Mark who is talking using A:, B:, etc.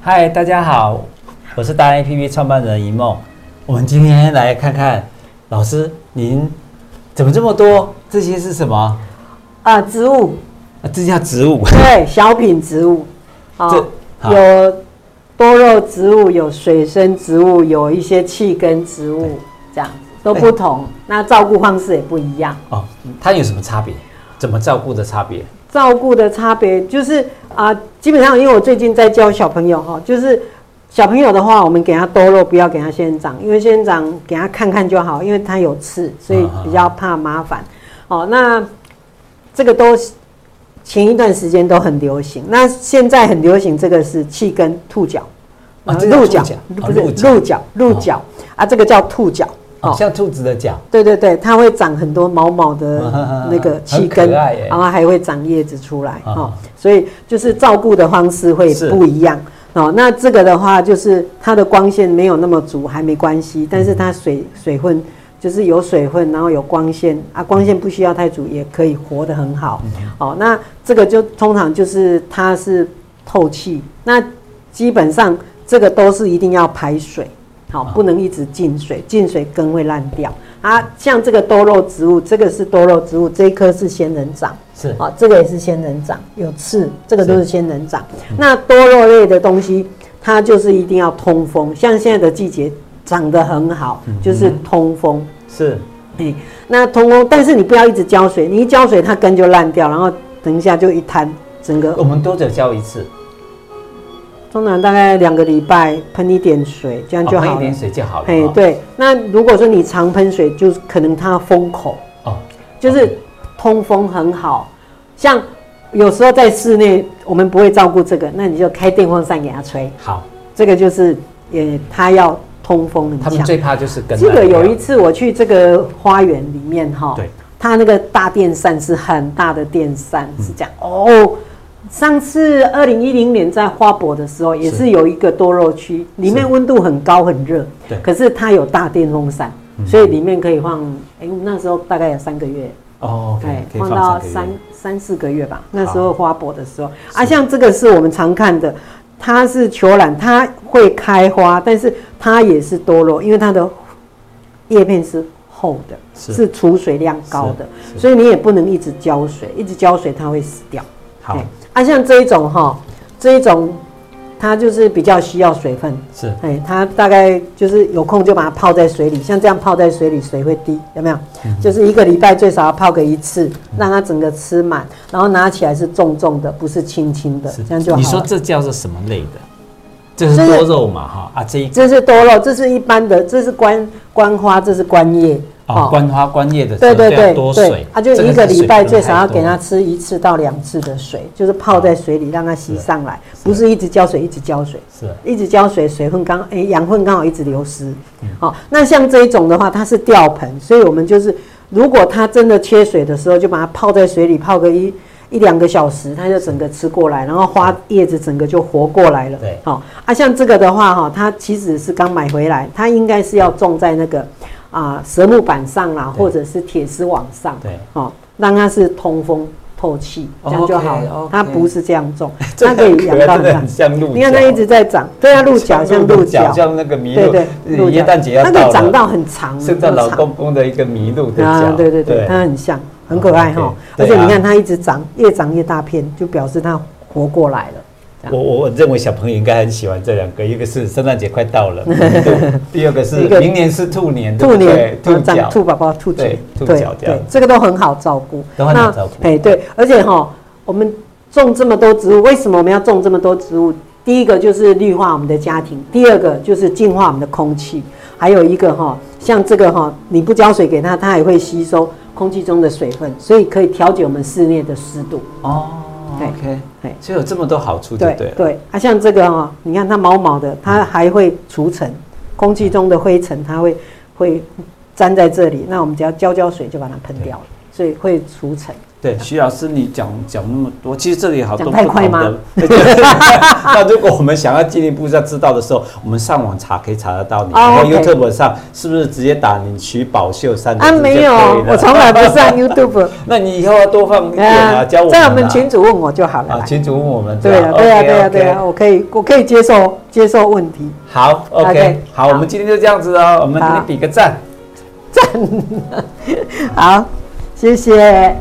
A: 嗨，大家好，我是大 APP 创办人一梦。我们今天来看看老师您怎么这么多？这些是什么？
B: 啊，植物，
A: 啊这叫植物。
B: 对，小品植物，啊
A: 这好
B: 有多肉植物，有水生植物，有一些气根植物，这样子都不同，那照顾方式也不一样。
A: 哦，它有什么差别？怎么照顾的差别？
B: 照顾的差别就是啊、基本上因为我最近在教小朋友哈，就是小朋友的话，我们给他多肉，不要给他仙人掌，因为仙人掌给他看看就好，因为它有刺，所以比较怕麻烦。哦，那这个都是前一段时间都很流行，那现在很流行这个是气根兔角，
A: 啊
B: 啊，
A: 这个
B: 鹿
A: 兔
B: 角
A: 角
B: 不
A: 哦鹿
B: 是
A: 角
B: 鹿角，鹿角啊，这个叫兔角。
A: 哦，像兔子的脚。
B: 对对对，它会长很多毛 毛的那个气
A: 很
B: 根，
A: 可爱耶
B: 然后还会长叶子出来
A: 啊
B: 哦，所以就是照顾的方式会
A: 是
B: 不一样哦。那这个的话，就是它的光线没有那么足，还没关系，但是它水水分就是有水分，然后有光线啊，光线不需要太足也可以活得很好哦。那这个就通常就是它是透气，那基本上这个都是一定要排水。好，不能一直进水，进水根会烂掉。啊，像这个多肉植物，这个是多肉植物，这一颗是仙人掌，
A: 是
B: 啊，这个也是仙人掌，有刺，这个都是仙人掌。那多肉类的东西，它就是一定要通风，像现在的季节长得很好，
A: 嗯
B: 就是通风。
A: 是，
B: 哎、那通风，但是你不要一直浇水，你一浇水它根就烂掉，然后等一下就一摊，整个
A: 我们多久浇一次？
B: 通常大概两个礼拜喷一点水，这样就
A: 哦喷
B: 好了。
A: 一点水就好了。
B: 哎、
A: 哦
B: 对，那如果说你常喷水，就是可能它封口，
A: 哦，
B: 就是通风很好。像有时候在室内，我们不会照顾这个，那你就开电风扇给它吹，
A: 好，
B: 这个就是也它要通风
A: 他
B: 很
A: 们
B: 强。
A: 最怕就是跟
B: 这个有一次我去这个花园里面哈
A: 对，
B: 它那个大电扇是很大的电扇，是
A: 嗯
B: 这样、哦。上次二零一零年在花博的时候，也
A: 是
B: 是有一个多肉区，里面温度很高很热，
A: 对嗯
B: 可是它有大电风扇，所以里面可以放，哎、那时候大概有三个月，
A: 哦，可以
B: 哎，
A: 可以
B: 放
A: 放三
B: 到
A: 个月
B: 三三四个月吧。那时候花博的时候啊，像这个是我们常看的，它是球兰，它会开花，但是它也是多肉，因为它的叶片是厚的，
A: 是
B: 是储水量高的，
A: 是是
B: 所以你也不能一直浇水，一直浇水它会死掉。
A: 好
B: 哎啊，像这一种哈，这一种它就是比较需要水分，
A: 是
B: 哎，它大概就是有空就把它泡在水里，像这样泡在水里，水会滴，有没有？
A: 嗯
B: 就是一个礼拜最少要泡个一次，让它整个吃满，然后拿起来是重重的，不是轻轻的，这样就好了。
A: 你说这叫做什么类的？这是
B: 这
A: 多
B: 是
A: 肉嘛哈啊，这一
B: 这是多肉，这是一般的，这是观观花，这是观叶。
A: 哦，观花观叶的时
B: 对
A: 候
B: 对
A: 就要
B: 对
A: 多
B: 对
A: 水，，
B: 啊，就
A: 这
B: 一
A: 是
B: 个礼拜
A: 水不
B: 最
A: 能
B: 少要
A: 太
B: 给它
A: 多
B: 吃一次到两次的水，就是泡在水里让它吸上来，不是一直浇水，一直浇水。
A: 是
B: 一直浇水，水分刚哎养分刚好一直流失。
A: 嗯
B: 好、那像这一种的话，它是吊盆，所以我们就是如果它真的缺水的时候，就把它泡在水里泡个一一两个小时，它就整个吃过来，然后花叶子整个就活过来了。
A: 对
B: 好、啊，像这个的话哈、它其实是刚买回来，它应该是要种在那个啊、蛇木板上啦，
A: 对
B: 或者是铁丝网上，
A: 对，
B: 哦，让它是通风透气，这样就好了。
A: 哦 OK，OK，
B: 它不是这样种
A: 这
B: 它可以养
A: 个
B: 到
A: 真的
B: 这样
A: 很像鹿角，
B: 你看它一直在长，对啊，鹿角像鹿角，
A: 像那个麋
B: 对
A: 鹿，
B: 对，
A: 呃耶诞节要
B: 它
A: 到
B: 可
A: 了，
B: 以长到很长，
A: 圣诞
B: 很
A: 老
B: 长
A: 公公的一个麋鹿的角
B: 啊，，对对对，它很像，很可爱哈
A: OK，。
B: 而
A: 对
B: 且
A: 啊
B: 你看它一直长，越长越大片，就表示它活过来了。这样
A: 我我我认为小朋友应该很喜欢这两个，一个是圣诞节快到 了， 麋鹿第二个是
B: 一个
A: 明年是兔年，对
B: 兔
A: 不对
B: 年
A: 兔
B: 长
A: 角，
B: 兔宝宝、兔嘴
A: 对，兔
B: 对
A: 角这样
B: 对，这个都很好照顾，
A: 都很好照顾
B: 那哎，对，而且哈，我们种这么多植物，为什么我们要种这么多植物？第一个就是绿化我们的家庭，第二个就是净化我们的空气，还有一个哈，像这个哈，你不浇水给它，它也会吸收空气中的水分，所以可以调节我们室内的湿度。
A: 哦
B: 对
A: ，OK，
B: 对
A: 所以有这么多好处，对
B: 对
A: 不对了？嗯
B: 对，啊，像这个哈、你看它毛毛的，它还会除尘，空气中的灰尘它会会粘在这里，那我们只要浇浇水就把它喷掉了，所以会除尘。
A: 对，徐老师，你讲讲那么多，其实这里好多
B: 嗯讲
A: 不
B: 太快
A: 同
B: 吗
A: 的。 那如果我们想要进一步要知道的时候，我们上网查可以查得到你，
B: 哦
A: 然后
B: OK
A: YouTube 上是不是直接打你徐宝秀三个
B: 啊，
A: 字就可以
B: 没有
A: 了？，
B: 我从来不 上 YouTube。
A: 那你以后要多放一点啊，教我们、
B: 在
A: 啊。
B: 我们群主问我就好了
A: 啊，
B: 啦。
A: 群主问我们
B: 对
A: 啊
B: 啊，对啊，
A: OK，
B: 对啊，
A: OK
B: 对啊，我可以，我可以接受接受问题。
A: 好
B: OK，
A: ，OK，好，我们今天就这样子哦，我们给
B: 好
A: 你比个赞。
B: 好，谢谢。